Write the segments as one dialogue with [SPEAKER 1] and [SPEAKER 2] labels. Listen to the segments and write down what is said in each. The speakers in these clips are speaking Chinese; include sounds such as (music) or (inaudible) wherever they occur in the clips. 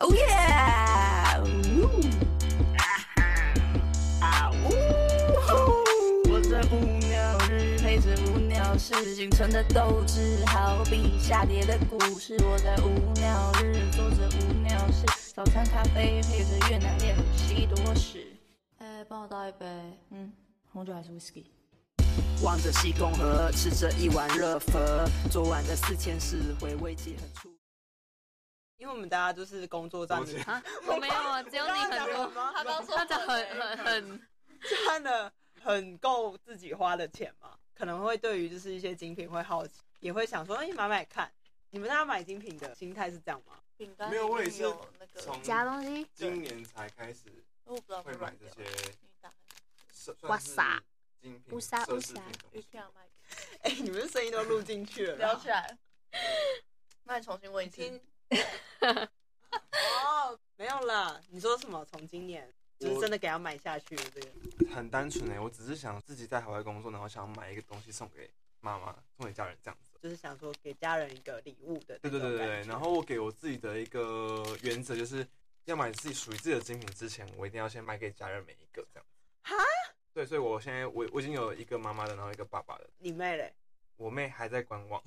[SPEAKER 1] Oh yeah! Ooh. Uh-huh. Ah, ooh. Uh-huh. 我这无聊日陪着无聊事，仅存的斗志好比下跌的股市。我在无聊日做着无聊事，早餐咖啡配着越南面西多士。哎，帮我倒一杯，嗯，红酒还是 whisky？
[SPEAKER 2] 望着西宫河，吃着一碗热粉，昨晚的四千四回味起很触。因为我们大家就是工作上面， (laughs)
[SPEAKER 3] 我没有啊，只有你
[SPEAKER 2] 刚刚
[SPEAKER 3] 很
[SPEAKER 2] 讲
[SPEAKER 3] 多
[SPEAKER 2] 了。吗？
[SPEAKER 4] 他刚说
[SPEAKER 3] 他的很很很，
[SPEAKER 2] (laughs) 赚的很够自己花的钱嘛，可能会对于就是一些精品会好奇，也会想说，哎、买买看。你们大家买精品的心态是这样吗？
[SPEAKER 4] 饼干
[SPEAKER 5] 没有我也
[SPEAKER 4] 里面
[SPEAKER 5] 是
[SPEAKER 4] 有那个，
[SPEAKER 5] 从
[SPEAKER 6] 夹东西，
[SPEAKER 5] 今年才开始
[SPEAKER 4] 我不知道
[SPEAKER 5] 会买这些
[SPEAKER 4] 你打开
[SPEAKER 5] 算
[SPEAKER 6] 哇
[SPEAKER 5] 算是
[SPEAKER 6] 塞
[SPEAKER 5] 精品
[SPEAKER 6] 乌沙
[SPEAKER 5] 奢
[SPEAKER 6] 乌
[SPEAKER 5] 侈
[SPEAKER 6] 沙
[SPEAKER 5] 品东
[SPEAKER 4] 玉
[SPEAKER 5] 西啊
[SPEAKER 4] 片麦克，
[SPEAKER 2] 哎、你们声音都录进去了
[SPEAKER 4] 聊
[SPEAKER 2] 啦，
[SPEAKER 4] 起 (laughs) 来。那你重新问一次，
[SPEAKER 2] 听。 (laughs) 哦，没有啦，你说什么？从今年就是
[SPEAKER 5] 我
[SPEAKER 2] 真的给他买下去这个，
[SPEAKER 5] 很单纯哎、我只是想自己在海外工作，然后想买一个东西送给妈妈，送给家人这样子。
[SPEAKER 2] 就是想说给家人一个礼物的那
[SPEAKER 5] 对
[SPEAKER 2] 种感
[SPEAKER 5] 对
[SPEAKER 2] 觉。
[SPEAKER 5] 对对对，然后我给我自己的一个原则就是，要买自己属于自己的精品之前，我一定要先买给家人每一个这样。
[SPEAKER 2] 哈？
[SPEAKER 5] 对，所以我现在我我已经有一个妈妈的，然后一个爸爸的，
[SPEAKER 2] 你妹嘞？
[SPEAKER 5] 我妹还在观
[SPEAKER 6] (laughs)
[SPEAKER 5] 望，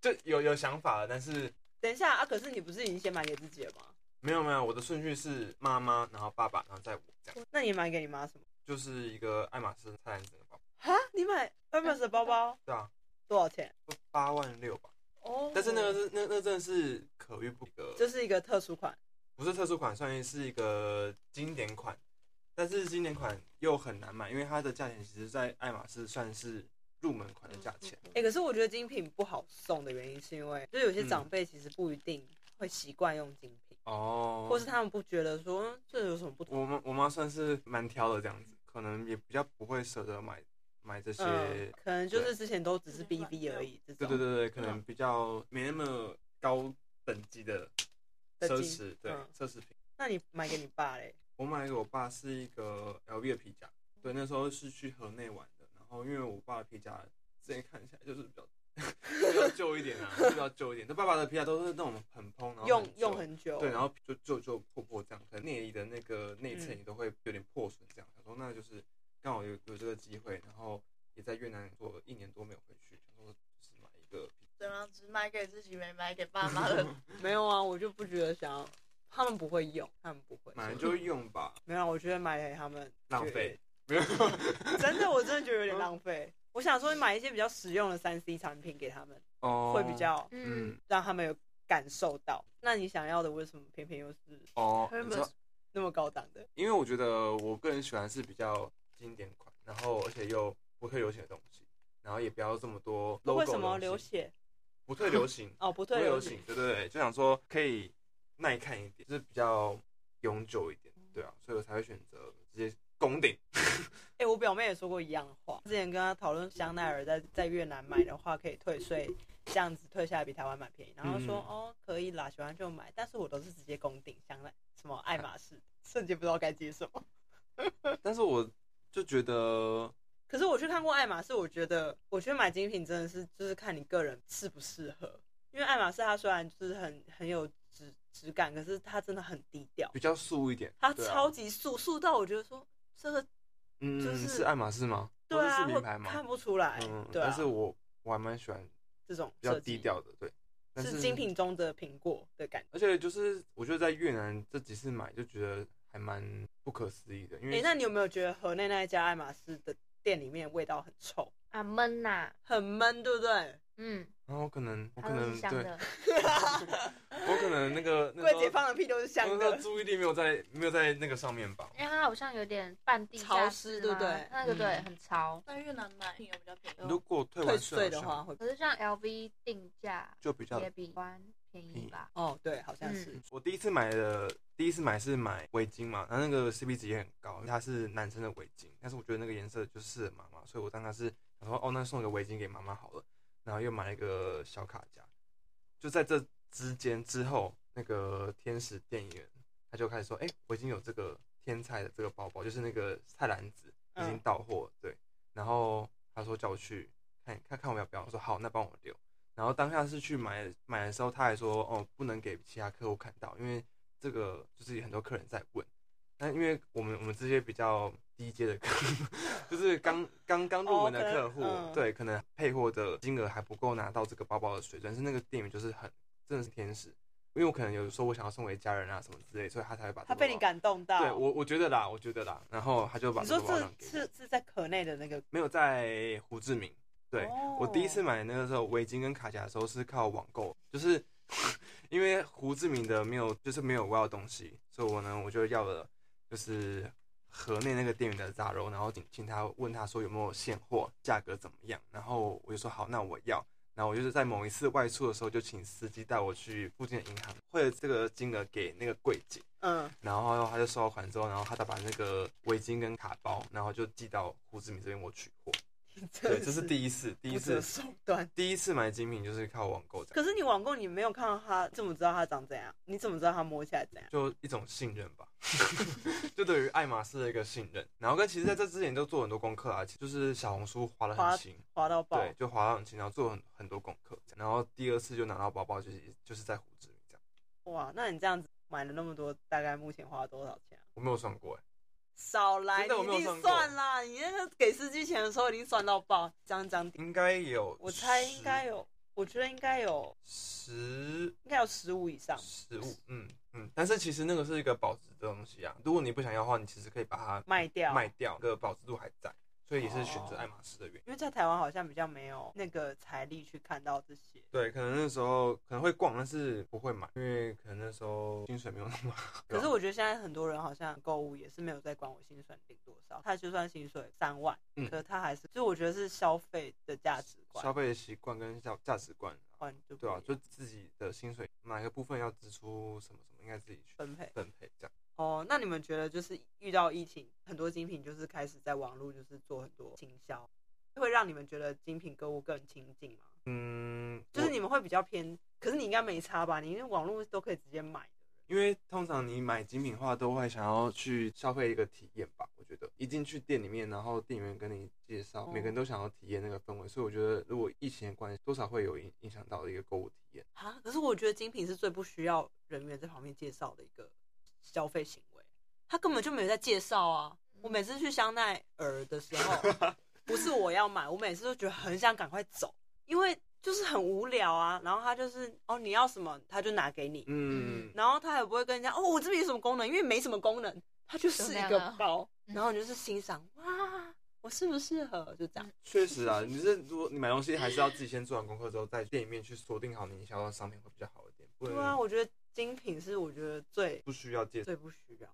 [SPEAKER 5] 就有有想法了，但是
[SPEAKER 2] 等一下啊，可是你不是已经先买给自己了吗？
[SPEAKER 5] 没有没有，我的顺序是妈妈，然后爸爸，然后再我这样，
[SPEAKER 2] 那你买给你妈什么？
[SPEAKER 5] 就是一个爱马仕蔡澜子的包包，
[SPEAKER 2] 哈，你买 Hermes 的包包
[SPEAKER 5] 对啊，
[SPEAKER 2] 多少钱？
[SPEAKER 5] 八万六吧。
[SPEAKER 2] 哦
[SPEAKER 5] 但是那个是那那真的是可遇不可，
[SPEAKER 2] 这是一个特殊款，
[SPEAKER 5] 不是特殊款，算是一个经典款，但是经典款又很难买，因为它的价钱其实，在爱马仕算是入门款的价钱。
[SPEAKER 2] 哎、可是我觉得精品不好送的原因是因为，就有些长辈其实不一定会习惯用精品，
[SPEAKER 5] 哦
[SPEAKER 2] 或是他们不觉得说嗯这有什么不同。
[SPEAKER 5] 我妈我妈算是蛮挑的这样子，可能也比较不会舍得买买这些。
[SPEAKER 2] 嗯，可能就是
[SPEAKER 5] 对
[SPEAKER 2] 之前都只是 BV 而已，这
[SPEAKER 5] 对
[SPEAKER 2] 种
[SPEAKER 5] 对对对，可能
[SPEAKER 2] 嗯
[SPEAKER 5] 比较没那么高等级的奢
[SPEAKER 2] 等级
[SPEAKER 5] 侈，对、
[SPEAKER 2] 嗯
[SPEAKER 5] 奢侈品。
[SPEAKER 2] 那你买给你爸嘞？
[SPEAKER 5] 我买给我爸是一个 LV 的皮夹，对，那时候是去河内玩的，然后因为我爸的皮夹之前看起来就是比较比较旧一点啊，比较旧一点。那爸爸的皮夹都是那种很蓬，然后
[SPEAKER 2] 用
[SPEAKER 5] 旧
[SPEAKER 2] 用很久，嗯
[SPEAKER 5] 对，然后就就就破破这样，可能内衣的那个内衬也都会有点破损这样。想说那就是刚好有有这个机会，然后也在越南做一年多没有回去，想说就是买一个皮
[SPEAKER 4] 怎样只买给自己，没买给爸妈
[SPEAKER 5] (laughs)
[SPEAKER 4] 的？
[SPEAKER 5] 嗯
[SPEAKER 2] 没有啊，我就不觉得想要，他们不会用，他们不会，
[SPEAKER 5] 买了就用吧，
[SPEAKER 2] 没有啊，我觉得买给他们
[SPEAKER 5] 浪费，没有。
[SPEAKER 2] (laughs) 真的，我真的觉得有点浪费。我想说买一些比较实用的三 C 产品给他们，
[SPEAKER 5] 哦
[SPEAKER 2] 会比较
[SPEAKER 5] 嗯
[SPEAKER 6] 嗯，
[SPEAKER 2] 让他们有感受到。那你想要的为什么偏偏又是
[SPEAKER 5] 哦，
[SPEAKER 6] Hermes
[SPEAKER 5] 你知道
[SPEAKER 2] 那么高档的？
[SPEAKER 5] 因为我觉得我个人喜欢是比较经典款，然后而且又不退流行的东西，然后也不要这么多 logo
[SPEAKER 2] 为什么
[SPEAKER 5] 的东
[SPEAKER 2] 流
[SPEAKER 5] 西？
[SPEAKER 2] 血？
[SPEAKER 5] 不退
[SPEAKER 2] (laughs)
[SPEAKER 5] 流行，
[SPEAKER 2] 哦，不
[SPEAKER 5] 不退
[SPEAKER 2] 对，流
[SPEAKER 5] 行
[SPEAKER 2] 行，。
[SPEAKER 5] 对对对，就想说可以耐看一点，就是比较永久一点，对啊，所以我才会选择直接攻顶。
[SPEAKER 2] 哎、我表妹也说过一样的话。之前跟她讨论香奈儿在在越南买的话可以退税，这样子退下来比台湾买便宜。然后她说、
[SPEAKER 5] 嗯
[SPEAKER 2] 哦可以啦，喜欢就买，但是我都是直接攻顶香奈什么爱马仕，瞬间不知道该接什么。
[SPEAKER 5] 但是我就觉得，
[SPEAKER 2] 可是我去看过爱马仕，我觉得，我觉得买精品真的是就是看你个人适不适合。因为爱马仕它虽然就是很很有质质感，可是它真的很低调，
[SPEAKER 5] 比较素一点，
[SPEAKER 2] 它
[SPEAKER 5] 对啊
[SPEAKER 2] 超级素、素到我觉得说这个
[SPEAKER 5] 嗯、
[SPEAKER 2] 就是
[SPEAKER 5] 是爱马仕吗？
[SPEAKER 2] 对
[SPEAKER 5] 或者
[SPEAKER 2] 啊，
[SPEAKER 5] 是
[SPEAKER 2] 我
[SPEAKER 5] 名牌吗？
[SPEAKER 2] 看不出来，
[SPEAKER 5] 嗯，
[SPEAKER 2] 对啊，
[SPEAKER 5] 但是我我还蛮喜欢
[SPEAKER 2] 这种
[SPEAKER 5] 比较
[SPEAKER 2] 设计
[SPEAKER 5] 低，调的，对，但
[SPEAKER 2] 是精品中的苹果的感觉。
[SPEAKER 5] 而且就是我觉得在越南这几次买就觉得还蛮不可思议的，因
[SPEAKER 2] 哎、
[SPEAKER 5] 为、
[SPEAKER 2] 那你有没有觉得河内那一家爱马仕的店里面味道很臭，
[SPEAKER 6] 啊闷呐，
[SPEAKER 2] 很闷，对不对？
[SPEAKER 6] 嗯，
[SPEAKER 5] 然后可能我
[SPEAKER 6] 它
[SPEAKER 5] 可
[SPEAKER 6] 都是
[SPEAKER 5] 能
[SPEAKER 6] 香
[SPEAKER 5] 对
[SPEAKER 6] 的，
[SPEAKER 5] 我可能
[SPEAKER 2] (laughs)
[SPEAKER 5] 那个那
[SPEAKER 2] 柜
[SPEAKER 5] 时候
[SPEAKER 2] 姐放的屁都是香
[SPEAKER 5] 我那时
[SPEAKER 2] 的
[SPEAKER 5] 候，注意力没有在没有在那个上面吧，
[SPEAKER 6] 因为它好像有点半地
[SPEAKER 2] 潮
[SPEAKER 6] 下
[SPEAKER 2] 湿
[SPEAKER 6] 室
[SPEAKER 2] 对
[SPEAKER 6] 嘛
[SPEAKER 2] 不对
[SPEAKER 6] 那个对，
[SPEAKER 5] 嗯
[SPEAKER 6] 很潮。
[SPEAKER 4] 在越南买品有比较便宜，
[SPEAKER 5] 如果退
[SPEAKER 2] 退
[SPEAKER 5] 完啊
[SPEAKER 2] 税
[SPEAKER 5] 税好
[SPEAKER 2] 的
[SPEAKER 5] 像
[SPEAKER 2] 话会
[SPEAKER 6] 可是像 LV 定价
[SPEAKER 5] 就比较
[SPEAKER 6] 也比湾便宜吧？
[SPEAKER 2] 哦，对，好像
[SPEAKER 6] 嗯
[SPEAKER 2] 是。
[SPEAKER 5] 我第一次买的，第一次买是买围巾嘛，它那个 CP 值也很高，它是男生的围巾，但是我觉得那个颜色就适合妈妈，所以我当时是想说，哦，那送一个围巾给妈妈好了，然后又买了一个小卡夹，就在这之间之后，那个天使店员他就开始说，哎、我已经有这个天菜的这个包包，就是那个菜篮子已经到货了，对，然后他说叫我去看看看我要不要，我说好，那帮我留。然后当下是去买买的时候，他还说哦不能给其他客户看到，因为这个就是很多客人在问，但因为我们我们这些比较低阶的客户， (laughs) 就是刚刚刚入门的客户，
[SPEAKER 2] 哦可能嗯
[SPEAKER 5] 对，可能配货的金额还不够拿到这个包包的水准，是那个店员就是很真的是天使，因为我可能有时候我想要送给家人啊什么之类，所以他才会把这
[SPEAKER 2] 他
[SPEAKER 5] 个
[SPEAKER 2] 被你
[SPEAKER 5] 包
[SPEAKER 2] 感动到。
[SPEAKER 5] 对我我觉得啦，我觉得啦，然后他就把
[SPEAKER 2] 你
[SPEAKER 5] 这
[SPEAKER 2] 说
[SPEAKER 5] 个包让
[SPEAKER 2] 这
[SPEAKER 5] 给我
[SPEAKER 2] 是是在壳内的那个，
[SPEAKER 5] 没有在胡志明。对、
[SPEAKER 2] 哦
[SPEAKER 5] 我第一次买那个时候围巾跟卡夹的时候是靠网购，就是 (laughs) 因为胡志明的没有就是没有我要的东西，所以我呢我就要了就是河内那个店员的杂肉，然后请请他问他说有没有现货，价格怎么样，然后我就说好，那我要。然后我就是在某一次外出的时候，就请司机带我去附近的银行汇了这个金额给那个柜姐，
[SPEAKER 2] (laughs) 嗯，
[SPEAKER 5] 然后他就收到款之后，然后他再把那个围巾跟卡包，然后就寄到胡志明这边我取货。
[SPEAKER 2] (laughs)
[SPEAKER 5] 对，这是第一次，第
[SPEAKER 2] 第
[SPEAKER 5] 一次，
[SPEAKER 2] 手段。
[SPEAKER 5] 第一次买精品就是靠网购这样，
[SPEAKER 2] 可是你网购，你没有看到它，怎么知道它长怎样？你怎么知道它摸起来怎样？
[SPEAKER 5] 就一种信任吧， (laughs) 就对于爱马仕的一个信任。然后跟其实在这之前就做很多功课啊，就是小红书滑得
[SPEAKER 2] 滑
[SPEAKER 5] 很勤，
[SPEAKER 2] 滑到爆，
[SPEAKER 5] 对，就滑到很勤，然后做很很多功课，然后第二次就拿到包包，就是就是在胡志明这样，
[SPEAKER 2] 哇！那你这样子买了那么多，大概目前花了多少钱啊、
[SPEAKER 5] 我没有算过哎，
[SPEAKER 2] 少来，
[SPEAKER 5] 真的我
[SPEAKER 2] 你
[SPEAKER 5] 没有
[SPEAKER 2] 一
[SPEAKER 5] 算
[SPEAKER 2] 定
[SPEAKER 5] 过
[SPEAKER 2] 算啦！你那个给司机钱的时候已经算到爆，张张点，
[SPEAKER 5] 应该有，
[SPEAKER 2] 我猜应该有，我觉得应该有，
[SPEAKER 5] 十
[SPEAKER 2] 应该有十五以上。
[SPEAKER 5] 食物，嗯嗯，但是其实那个是一个保值的东西啊。如果你不想要的话，你其实可以把它
[SPEAKER 2] 卖掉哦
[SPEAKER 5] 卖掉，那个保值度还在，所以也是选择爱马仕的原因。
[SPEAKER 2] 因为在台湾好像比较没有那个财力去看到这些，
[SPEAKER 5] 对，可能那时候可能会逛，但是不会买，因为可能那时候薪水没有那么好。啊
[SPEAKER 2] 可是我觉得现在很多人好像购物也是没有在管我薪水领多少，他就算薪水三万，
[SPEAKER 5] 嗯
[SPEAKER 2] 可是他还是，就我觉得是消费的价值观
[SPEAKER 5] 消费的习惯跟价价值观啊，
[SPEAKER 2] 观就不
[SPEAKER 5] 对啊，
[SPEAKER 2] 一
[SPEAKER 5] 就
[SPEAKER 2] 样
[SPEAKER 5] 自己的薪水哪个部分要支出什么什么，应该自己去
[SPEAKER 2] 分配。
[SPEAKER 5] 分配这样。
[SPEAKER 2] 哦，那你们觉得就是遇到疫情，很多精品就是开始在网络就是做很多倾销，会让你们觉得精品购物更亲近吗？
[SPEAKER 5] 嗯，
[SPEAKER 2] 就是
[SPEAKER 5] 我
[SPEAKER 2] 你们会比较偏，可是你应该没差吧？你因为网络都可以直接买的。
[SPEAKER 5] 因为通常你买精品的话，都会想要去消费一个体验吧。我觉得一进去店里面，然后店员跟你介绍，每个人都想要体验那个氛围，所以我觉得如果疫情的关系，多少会有影影响到一个购物体验。
[SPEAKER 2] 啊，可是我觉得精品是最不需要人员在旁边介绍的一个消费行为，他根本就没有在介绍啊。我每次去香奈儿的时候，不是我要买，我每次都觉得很想赶快走，因为就是很无聊啊。然后他就是哦，你要什么他就拿给你，
[SPEAKER 5] 嗯，
[SPEAKER 2] 然后他也不会跟人家哦，我这边有什么功能，因为没什么功能，它就是
[SPEAKER 3] 就
[SPEAKER 2] 一
[SPEAKER 3] 那
[SPEAKER 2] 个
[SPEAKER 3] 样啊
[SPEAKER 2] 包，
[SPEAKER 6] 嗯
[SPEAKER 2] 然后你就是欣赏哇，我适不适合就这样。
[SPEAKER 5] 确实啊，你是如果你买东西，还是要自己先做完功课之后，在店里面去锁定好你想要的商品会比较好一点。不
[SPEAKER 2] 对啊，
[SPEAKER 5] 能
[SPEAKER 2] 我觉得精品是我觉得最
[SPEAKER 5] 不需要介绍
[SPEAKER 2] 最不需要，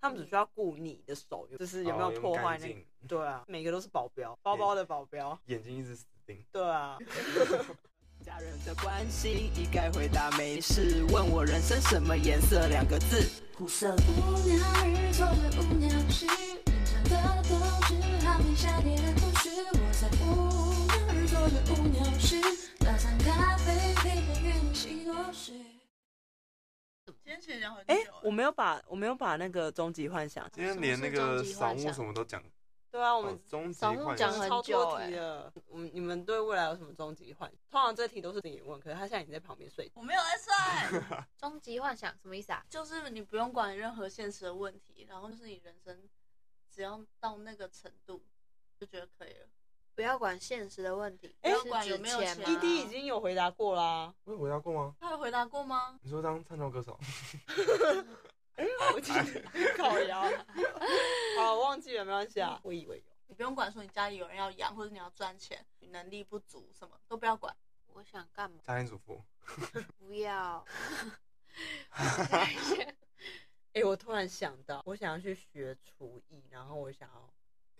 [SPEAKER 2] 他们只需要顾你的手，就是嗯哦有没有破坏那个。对啊，每个都是保镖，包包的保镖。
[SPEAKER 5] 眼睛一直死盯。
[SPEAKER 2] 对 (laughs) 啊，
[SPEAKER 1] 家人的关系一概回答没事，问我人生什么颜色两个字，苦涩。
[SPEAKER 7] 无聊日做的无聊事，平常的都是好比夏天的故事。我在无聊日做的无聊事，早上咖啡配着月西多士。
[SPEAKER 4] 哦今天其实讲很久
[SPEAKER 2] 哎、
[SPEAKER 4] 了，
[SPEAKER 2] 我没有把我没有把那个终极幻想。
[SPEAKER 5] 今天连那个扫墓什么都讲，
[SPEAKER 2] 对啊，我们
[SPEAKER 5] 哦终极
[SPEAKER 6] 扫墓
[SPEAKER 5] 幻
[SPEAKER 6] 讲
[SPEAKER 5] 想
[SPEAKER 6] 很
[SPEAKER 2] 超多
[SPEAKER 6] 久欸
[SPEAKER 2] 题了。我们你们对未来有什么终极幻想？通常这题都是你问，可是他现在已经在旁边睡觉。
[SPEAKER 4] 我没有在 (laughs) 算，
[SPEAKER 6] 终极幻想什么意思啊？
[SPEAKER 4] 就是你不用管任何现实的问题，然后就是你人生只要到那个程度就觉得可以了。
[SPEAKER 6] 不要管现实的问题，
[SPEAKER 2] 哎
[SPEAKER 6] 是指
[SPEAKER 4] 不管有没有
[SPEAKER 6] 钱
[SPEAKER 4] 钱
[SPEAKER 2] 滴
[SPEAKER 6] 吗？
[SPEAKER 2] ，E 滴已经有回答过啦，
[SPEAKER 5] 我有回答过吗？
[SPEAKER 4] 他有回答过吗？
[SPEAKER 5] 你说当唱跳歌手？
[SPEAKER 2] 我 (laughs) 记得烤窑。好，忘记了，没关系啊。我以为有。
[SPEAKER 4] 你不用管说你家里有人要养，或者你要赚钱，你能力不足什么都不要管。
[SPEAKER 6] 我想干嘛？
[SPEAKER 5] 家庭主妇。
[SPEAKER 6] 不要，
[SPEAKER 2] 哎、我突然想到，我想要去学厨艺，然后我想要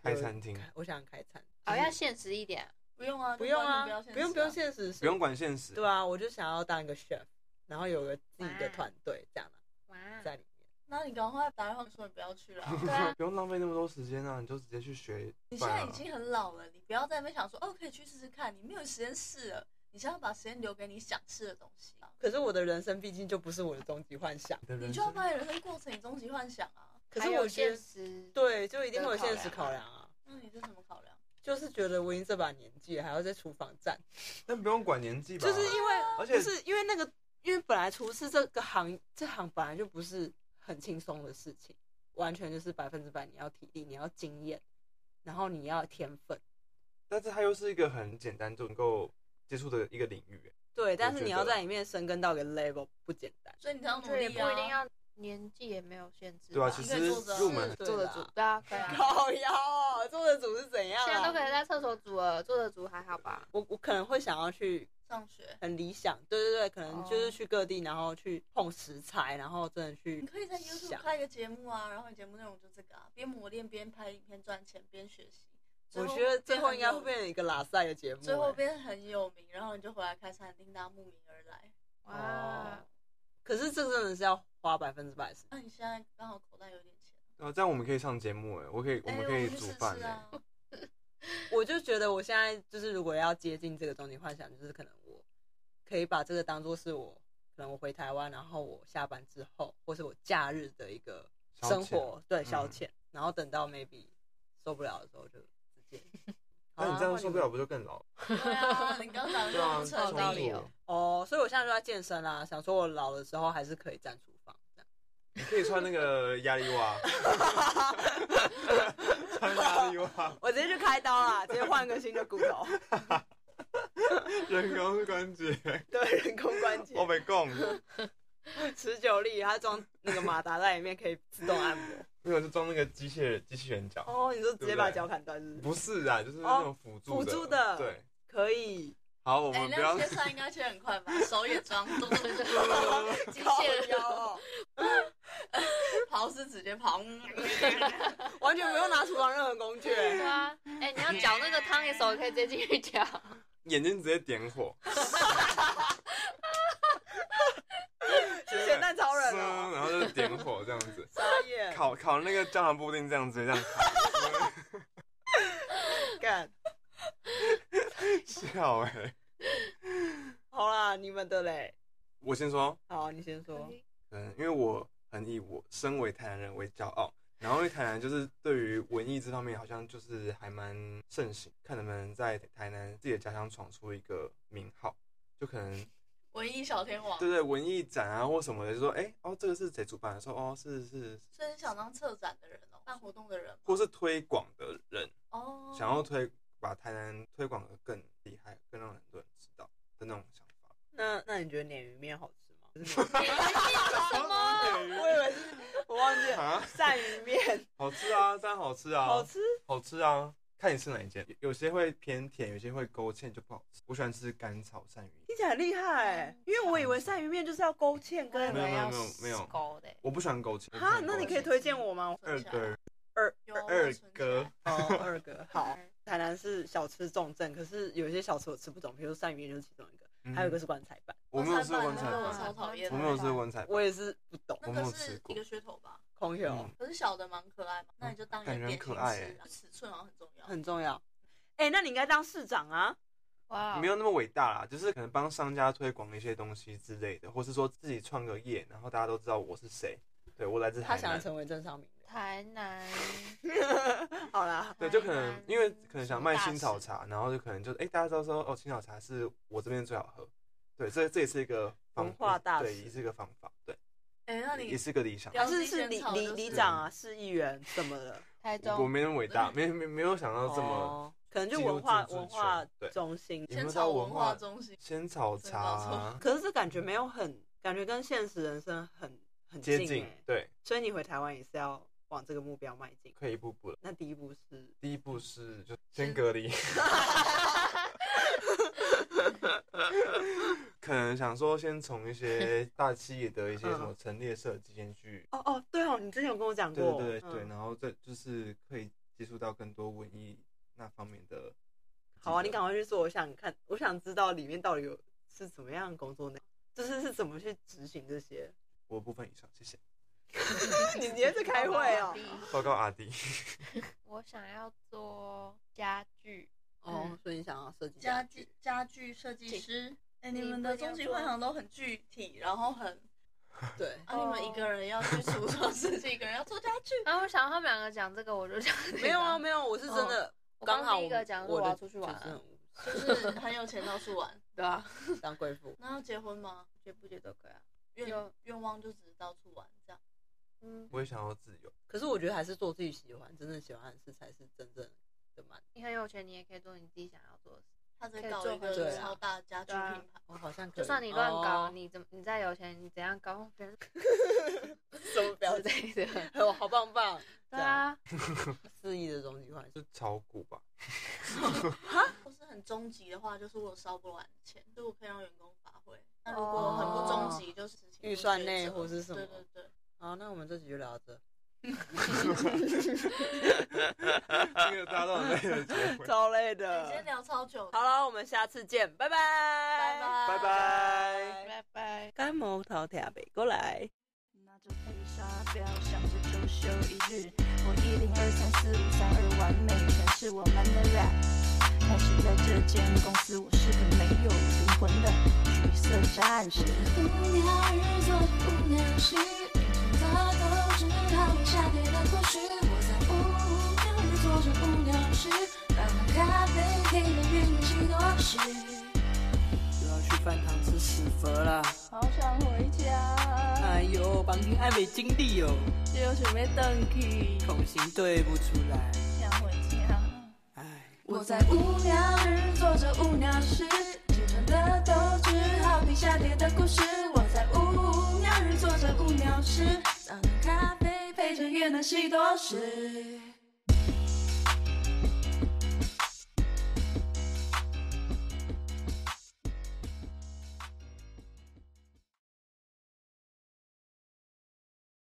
[SPEAKER 5] 开餐厅
[SPEAKER 2] 开我想开餐
[SPEAKER 6] 好要现实一点啊。
[SPEAKER 4] 不用啊，
[SPEAKER 2] 不用啊
[SPEAKER 4] 就完全，
[SPEAKER 2] 不用
[SPEAKER 4] 不
[SPEAKER 2] 不
[SPEAKER 4] 要
[SPEAKER 2] 用
[SPEAKER 4] 现实啊。
[SPEAKER 2] 现实，
[SPEAKER 5] 不用。管现实。
[SPEAKER 2] 对啊，我就想要当一个 chef，然后有个自己的
[SPEAKER 6] 哇
[SPEAKER 2] 团队这样啊
[SPEAKER 6] 哇，
[SPEAKER 2] 在里面。
[SPEAKER 4] 那你赶快打电话说你不要
[SPEAKER 2] (laughs)
[SPEAKER 4] 去了啊。
[SPEAKER 6] 对啊，
[SPEAKER 5] (laughs) 不用浪费那么多时间啊，你就直接去学。啊
[SPEAKER 4] 你现在已经很老了，你不要在那边想说哦可以去试试看，你没有时间试了，你现在要把时间留给你想试的东西啊。
[SPEAKER 2] 可是我的人生毕竟就不是我的终极幻想，
[SPEAKER 5] 你的
[SPEAKER 4] 你
[SPEAKER 5] 人
[SPEAKER 4] 就要
[SPEAKER 5] 生，
[SPEAKER 4] 把你人生过成你终极幻想啊。
[SPEAKER 2] 可
[SPEAKER 6] 还
[SPEAKER 2] 是
[SPEAKER 6] 有
[SPEAKER 2] 我觉
[SPEAKER 6] 现
[SPEAKER 2] 得
[SPEAKER 6] 实，
[SPEAKER 2] 对，就一定会有
[SPEAKER 6] 的考
[SPEAKER 2] 现实
[SPEAKER 6] 量
[SPEAKER 2] 考量啊。
[SPEAKER 4] 那你是怎么考量？
[SPEAKER 2] 就是觉得我已经这把年纪了，还要在厨房站，
[SPEAKER 5] 但不用管年纪吧。
[SPEAKER 2] 就是因为
[SPEAKER 5] 而且
[SPEAKER 2] 不是因为那个因为本来厨师这个行这行本来就不是很轻松的事情，完全就是百分之百你要体力，你要经验，然后你要天分。
[SPEAKER 5] 但是它又是一个很简单就能够接触的一个领域。
[SPEAKER 2] 对，但是
[SPEAKER 5] 觉
[SPEAKER 2] 你要
[SPEAKER 5] 得
[SPEAKER 2] 在里面深耕到一个 level 不简单。
[SPEAKER 4] 所以你才要努
[SPEAKER 6] 这也
[SPEAKER 4] 力
[SPEAKER 6] 不一定
[SPEAKER 4] 啊。
[SPEAKER 6] 要年纪也没有限制
[SPEAKER 5] 对啊
[SPEAKER 6] 吧，
[SPEAKER 5] 其
[SPEAKER 4] 实入
[SPEAKER 5] 门
[SPEAKER 6] 坐得
[SPEAKER 2] 的
[SPEAKER 6] 住，对啊，可以
[SPEAKER 2] (laughs)
[SPEAKER 6] 啊。
[SPEAKER 2] 烤腰哦，做的组是怎样啊？
[SPEAKER 6] 现在都可以在厕所煮了，坐得住还好吧？
[SPEAKER 2] 我我可能会想要去
[SPEAKER 4] 上学，
[SPEAKER 2] 很理想，对对对，可能就是
[SPEAKER 6] 哦
[SPEAKER 2] 去各地，然后去碰食材，然后真的去。
[SPEAKER 4] 你可以在 YouTube 开一个节目啊，然后你节目内容就这个啊，边磨练边拍影片赚钱边学习。
[SPEAKER 2] 我觉得最后应该会
[SPEAKER 4] 变。
[SPEAKER 2] 变成一个拉塞的节目、
[SPEAKER 4] 最后
[SPEAKER 2] 欸
[SPEAKER 4] 变很有名，然后你就回来开餐厅，大家慕名而来。
[SPEAKER 6] 哇，
[SPEAKER 2] 哦可是这真的是要花百分之百的时间。
[SPEAKER 4] 那、你现在刚好口袋有点钱，
[SPEAKER 5] 然呃后这样我们可以上节目哎，我可以，我
[SPEAKER 4] 哎
[SPEAKER 5] 们可以
[SPEAKER 4] 去
[SPEAKER 5] 煮
[SPEAKER 4] 试
[SPEAKER 5] 饭
[SPEAKER 4] 试
[SPEAKER 5] 哎 (laughs)
[SPEAKER 4] 啊。。
[SPEAKER 2] 我就觉得我现在就是如果要接近这个终极幻想，就是可能我可以把这个当做是我可能我回台湾，然后我下班之后，或是我假日的一个
[SPEAKER 5] 消
[SPEAKER 2] 生
[SPEAKER 5] 遣
[SPEAKER 2] 活，对消
[SPEAKER 5] 嗯
[SPEAKER 2] 遣，然后等到 maybe 受不了的时候就直接。
[SPEAKER 6] (laughs)
[SPEAKER 2] 好
[SPEAKER 5] 那
[SPEAKER 2] 啊
[SPEAKER 5] 你这样
[SPEAKER 2] 换
[SPEAKER 5] 受不了不就更老？
[SPEAKER 4] 对啊，你刚讲的
[SPEAKER 5] 对啊，
[SPEAKER 4] 就
[SPEAKER 5] 冲
[SPEAKER 4] 成
[SPEAKER 6] 有道理
[SPEAKER 5] 突
[SPEAKER 6] 哦。
[SPEAKER 2] 哦，所以我现在就在健身啦，想说我老的时候还是可以站厨房这样。
[SPEAKER 5] 你可以穿那个压力袜，穿压力袜，
[SPEAKER 2] 我直接去开刀啦，直接换个新的骨
[SPEAKER 5] (laughs)
[SPEAKER 2] 头，
[SPEAKER 5] 人工关节，
[SPEAKER 2] 对人工关节
[SPEAKER 5] 我，没供。
[SPEAKER 2] 持久力，它装那个马达在里面可以自动按
[SPEAKER 5] (laughs)
[SPEAKER 2] 摩。
[SPEAKER 5] 没有，就装那个机械机器人脚，
[SPEAKER 2] 哦，你说直接把脚砍断是不是？
[SPEAKER 5] 不是啊，就是那种辅助
[SPEAKER 2] 辅助的
[SPEAKER 5] 对，
[SPEAKER 2] 可以，
[SPEAKER 5] 好，我
[SPEAKER 4] 哎、
[SPEAKER 5] 们不
[SPEAKER 4] 那
[SPEAKER 5] 要
[SPEAKER 4] 你切菜应该切很快吧？手也装，咚咚咚
[SPEAKER 6] 机
[SPEAKER 2] (laughs)
[SPEAKER 6] 械
[SPEAKER 2] 靠腰
[SPEAKER 6] 人 (laughs)
[SPEAKER 2] 哦，
[SPEAKER 4] 刨是直接刨。
[SPEAKER 2] 完全不用拿厨房任何工具。
[SPEAKER 6] 对啊，哎，你要搅那个汤，你手可以直接进去搅。
[SPEAKER 5] (laughs) 眼睛直接点火，
[SPEAKER 2] 是咸蛋超人
[SPEAKER 5] 嗯
[SPEAKER 2] 哦，
[SPEAKER 5] 然后就点火这样子， (laughs)
[SPEAKER 2] 傻眼，
[SPEAKER 5] 烤烤那个焦糖布丁这样子，这样烤
[SPEAKER 2] 干。
[SPEAKER 5] 笑哎。
[SPEAKER 2] 好啦，你们的嘞。
[SPEAKER 5] 我先说，
[SPEAKER 2] 好，你先说。
[SPEAKER 5] 嗯，因为我很以我身为台南人为骄傲，然后因为台南就是对于文艺这方面好像就是还蛮盛行，看能不能在台南自己的家乡闯出一个名号，就可能
[SPEAKER 4] 文艺小天王，
[SPEAKER 5] 对对文艺展啊或什么的，就说哎、哦这个是谁主办的，说哦是是，
[SPEAKER 4] 所以你想当策展的人哦，办活动的人
[SPEAKER 5] 或是推广的人
[SPEAKER 4] 哦。
[SPEAKER 5] 想要推把台南推广的更厉害，更让很多人知道的那种想法。
[SPEAKER 2] 那那你觉得鲶鱼面好吃吗？就是鲶鱼
[SPEAKER 5] 什
[SPEAKER 2] 面
[SPEAKER 5] 么？
[SPEAKER 2] 我以为是，我忘记了。
[SPEAKER 5] 哎 (laughs) 啊，
[SPEAKER 2] 鳝鱼面
[SPEAKER 5] 好吃啊，当然 (laughs) 好吃啊，
[SPEAKER 2] 好吃，
[SPEAKER 5] 好吃啊，看你吃哪一间，有有些会偏甜，有些会勾芡就不好吃。我喜欢吃干炒鳝鱼，
[SPEAKER 2] 听起来很厉害欸，因因为我以为鳝鱼面就是要勾芡
[SPEAKER 5] 没有
[SPEAKER 2] 跟
[SPEAKER 5] 没有没有没有
[SPEAKER 6] 勾的，
[SPEAKER 5] 我不喜欢勾芡。
[SPEAKER 2] 哈，
[SPEAKER 5] 我不喜欢勾芡
[SPEAKER 2] 那你可以推荐我
[SPEAKER 4] (laughs)
[SPEAKER 2] 吗？
[SPEAKER 5] 二
[SPEAKER 4] 存起来
[SPEAKER 5] 哥，
[SPEAKER 4] 有啊我
[SPEAKER 5] 二
[SPEAKER 4] 存起
[SPEAKER 5] 哥
[SPEAKER 4] 来，
[SPEAKER 2] 哦，二哥，好。 (laughs) 台南是小吃重镇，可是有一些小吃我吃不懂，比如说鳝鱼面就是其中一个，
[SPEAKER 5] 嗯
[SPEAKER 2] 还有一个是棺材板，
[SPEAKER 5] 我没有吃过棺材
[SPEAKER 4] 那个我
[SPEAKER 5] 板，
[SPEAKER 4] 超讨厌的，
[SPEAKER 5] 我没有吃过棺材
[SPEAKER 2] 我
[SPEAKER 5] 板，
[SPEAKER 2] 也是不懂。
[SPEAKER 4] 那
[SPEAKER 5] 我没
[SPEAKER 4] 个
[SPEAKER 5] 有吃
[SPEAKER 4] 是
[SPEAKER 5] 过
[SPEAKER 4] 一个噱头吧？
[SPEAKER 2] 空调、
[SPEAKER 5] 嗯
[SPEAKER 4] 可是小的蛮可爱嘛，那你就当一个
[SPEAKER 5] 感觉
[SPEAKER 4] 点
[SPEAKER 5] 很
[SPEAKER 4] 心
[SPEAKER 5] 可
[SPEAKER 4] 吃
[SPEAKER 5] 爱欸
[SPEAKER 4] 啊，尺寸好像很重
[SPEAKER 2] (laughs)
[SPEAKER 4] 要。
[SPEAKER 2] 很重要，哎、那你应该当市长啊！
[SPEAKER 6] 哇，
[SPEAKER 5] 没有那么伟大啦，就是可能帮商家推广一些东西之类的，或是说自己创个业，然后大家都知道我是谁，对我来自
[SPEAKER 2] 他
[SPEAKER 5] 台
[SPEAKER 2] 想要
[SPEAKER 5] 南。
[SPEAKER 2] 成为政商名流。
[SPEAKER 6] 台南，
[SPEAKER 2] 好啦，
[SPEAKER 5] 对，就可能因为可能想卖
[SPEAKER 6] 什么大
[SPEAKER 5] 青草
[SPEAKER 6] 事，
[SPEAKER 5] 茶，然后就可能就哎、大家都说哦，青草茶是我这边最好喝，对，这这也是一个方
[SPEAKER 2] 文化大
[SPEAKER 5] 对，
[SPEAKER 2] 使
[SPEAKER 5] 也是一个方法，对，
[SPEAKER 4] 哎、那你
[SPEAKER 5] 也是个理想。
[SPEAKER 2] 他
[SPEAKER 4] 表
[SPEAKER 2] 是
[SPEAKER 4] 示
[SPEAKER 2] 是
[SPEAKER 4] 先
[SPEAKER 2] 里
[SPEAKER 4] 炒
[SPEAKER 2] 里
[SPEAKER 4] 就是
[SPEAKER 2] 里长啊，市议员什么的，
[SPEAKER 6] 台
[SPEAKER 5] 我
[SPEAKER 6] 中，
[SPEAKER 5] 没那么伟大，没没没有想到这么
[SPEAKER 2] 哦，可能就
[SPEAKER 5] 进入
[SPEAKER 2] 文化
[SPEAKER 5] 政治
[SPEAKER 2] 文化
[SPEAKER 5] 圈对
[SPEAKER 2] 中心。
[SPEAKER 5] 有没
[SPEAKER 4] 先
[SPEAKER 5] 有
[SPEAKER 4] 炒
[SPEAKER 5] 到
[SPEAKER 4] 文
[SPEAKER 5] 文
[SPEAKER 4] 化
[SPEAKER 5] 化
[SPEAKER 4] 中心，
[SPEAKER 5] 仙草茶啊
[SPEAKER 2] 可是这感觉没有很，感觉跟现实人生很很近、
[SPEAKER 5] 接近
[SPEAKER 2] 欸，
[SPEAKER 5] 对，
[SPEAKER 2] 所以你回台湾也是要往这个目标迈进。
[SPEAKER 5] 可以一步步了。
[SPEAKER 2] 那第一步是
[SPEAKER 5] 第一步是就先
[SPEAKER 2] (laughs)
[SPEAKER 5] 隔离，可能想说先从一些大企业的一些什么陈列设计先去，
[SPEAKER 2] 哦哦，对哦，你之前有跟我讲
[SPEAKER 5] 对
[SPEAKER 2] 过，
[SPEAKER 5] 对对对，
[SPEAKER 2] 嗯
[SPEAKER 5] 然后这就是可以接触到更多文艺那方面的。
[SPEAKER 2] 好啊，你赶快去做，我想看，我想知道里面到底有是怎么样的工作内容，就是是怎么去执行这
[SPEAKER 6] (laughs)
[SPEAKER 2] 些。
[SPEAKER 5] 我的部分以上，谢谢。
[SPEAKER 2] 你今天是开会
[SPEAKER 5] 啊
[SPEAKER 2] 哦、
[SPEAKER 5] 报告阿迪， (laughs)
[SPEAKER 6] 我想要做家具，
[SPEAKER 2] 哦，所以你想要设计家
[SPEAKER 4] 家具
[SPEAKER 2] 具？
[SPEAKER 4] 家具设计师。哎、你
[SPEAKER 6] 你
[SPEAKER 4] 们
[SPEAKER 6] 不
[SPEAKER 4] 的
[SPEAKER 6] 一定
[SPEAKER 4] 终
[SPEAKER 6] 要
[SPEAKER 4] 极
[SPEAKER 6] 做
[SPEAKER 4] 幻想都很具体，然后很
[SPEAKER 2] 对，
[SPEAKER 4] 啊，你们一个人要去橱 (laughs) 窗设计，一个人要做家具。
[SPEAKER 6] 然啊后我想到他们两个讲这个，我就讲这个
[SPEAKER 2] 没有啊，，没有，我是真的
[SPEAKER 6] 哦我
[SPEAKER 2] 刚好
[SPEAKER 6] 第一个讲说
[SPEAKER 2] 我
[SPEAKER 6] 我要
[SPEAKER 2] 的
[SPEAKER 6] 出去玩
[SPEAKER 2] 就是
[SPEAKER 6] 啊，
[SPEAKER 4] (laughs)
[SPEAKER 2] 很无
[SPEAKER 4] 就是很有钱到处玩。。
[SPEAKER 6] 对啊，
[SPEAKER 2] 当贵妇
[SPEAKER 4] 那要结婚吗？
[SPEAKER 6] 觉不觉都可以啊。
[SPEAKER 4] 愿
[SPEAKER 6] 有
[SPEAKER 4] 愿望就只是到处玩这样。
[SPEAKER 6] 嗯，
[SPEAKER 5] 我也想要自由，
[SPEAKER 2] 可是我觉得还是做自己喜欢、真正喜欢的事才是真正的满足。
[SPEAKER 6] 你很有钱，你也可以做你自己想要做的事。
[SPEAKER 4] 他在
[SPEAKER 6] 可以
[SPEAKER 4] 搞
[SPEAKER 6] 做
[SPEAKER 4] 一
[SPEAKER 6] 很
[SPEAKER 2] 多
[SPEAKER 4] 个
[SPEAKER 2] 事
[SPEAKER 4] 超大的家具
[SPEAKER 6] 对啊
[SPEAKER 4] 品牌，
[SPEAKER 2] 我好像可以
[SPEAKER 6] 就算你乱搞，
[SPEAKER 2] 哦
[SPEAKER 6] 你怎么你再有钱，你怎样搞，别人
[SPEAKER 2] (laughs) 什么表
[SPEAKER 6] 之
[SPEAKER 2] 情？
[SPEAKER 6] 类
[SPEAKER 2] (laughs)
[SPEAKER 6] 的。
[SPEAKER 2] 我好棒棒，
[SPEAKER 6] 对啊，
[SPEAKER 2] (laughs) 肆意的终极幻想。
[SPEAKER 5] 就炒股
[SPEAKER 2] (laughs)
[SPEAKER 5] 吧。
[SPEAKER 4] 或是很终极的话，就是我有烧不完的钱，所以我可以让员工发挥。那如果很不终极，就是请
[SPEAKER 2] 预算内
[SPEAKER 4] 抉择
[SPEAKER 2] 或是什么
[SPEAKER 4] 对对对，
[SPEAKER 2] 好，那我们这集就聊到这，
[SPEAKER 5] 这个大家都很累的结尾，
[SPEAKER 2] 超累
[SPEAKER 4] 哎今天
[SPEAKER 2] 的。
[SPEAKER 4] 聊超久的，
[SPEAKER 2] 好了，我们下次见，拜拜，拜
[SPEAKER 5] 拜拜。
[SPEAKER 6] 拜拜。
[SPEAKER 2] 干毛头条北过来。
[SPEAKER 1] 拿着配沙表，想着周休一日。我一零二三四五三二完美，全是我们的 rap。但是在这间公司，我是个没有灵魂的橘色战士。
[SPEAKER 7] 无聊日做无聊事，凌晨的都只好为下跌的故事。我在无聊日做着无聊事，打上咖啡，陪伴运气的往事。
[SPEAKER 2] 又要去饭堂吃屎佛啦！
[SPEAKER 1] 好想回家，
[SPEAKER 2] 哎呦，绑定还没经历哦，
[SPEAKER 1] 就准备登去，
[SPEAKER 2] 口型对不出来，
[SPEAKER 1] 想回家。
[SPEAKER 2] 哎。
[SPEAKER 7] 我在无聊日做着无聊事，青春的斗志，好比下跌的故事。我在无聊日做着无聊事，打上咖啡，陪着越南西多士。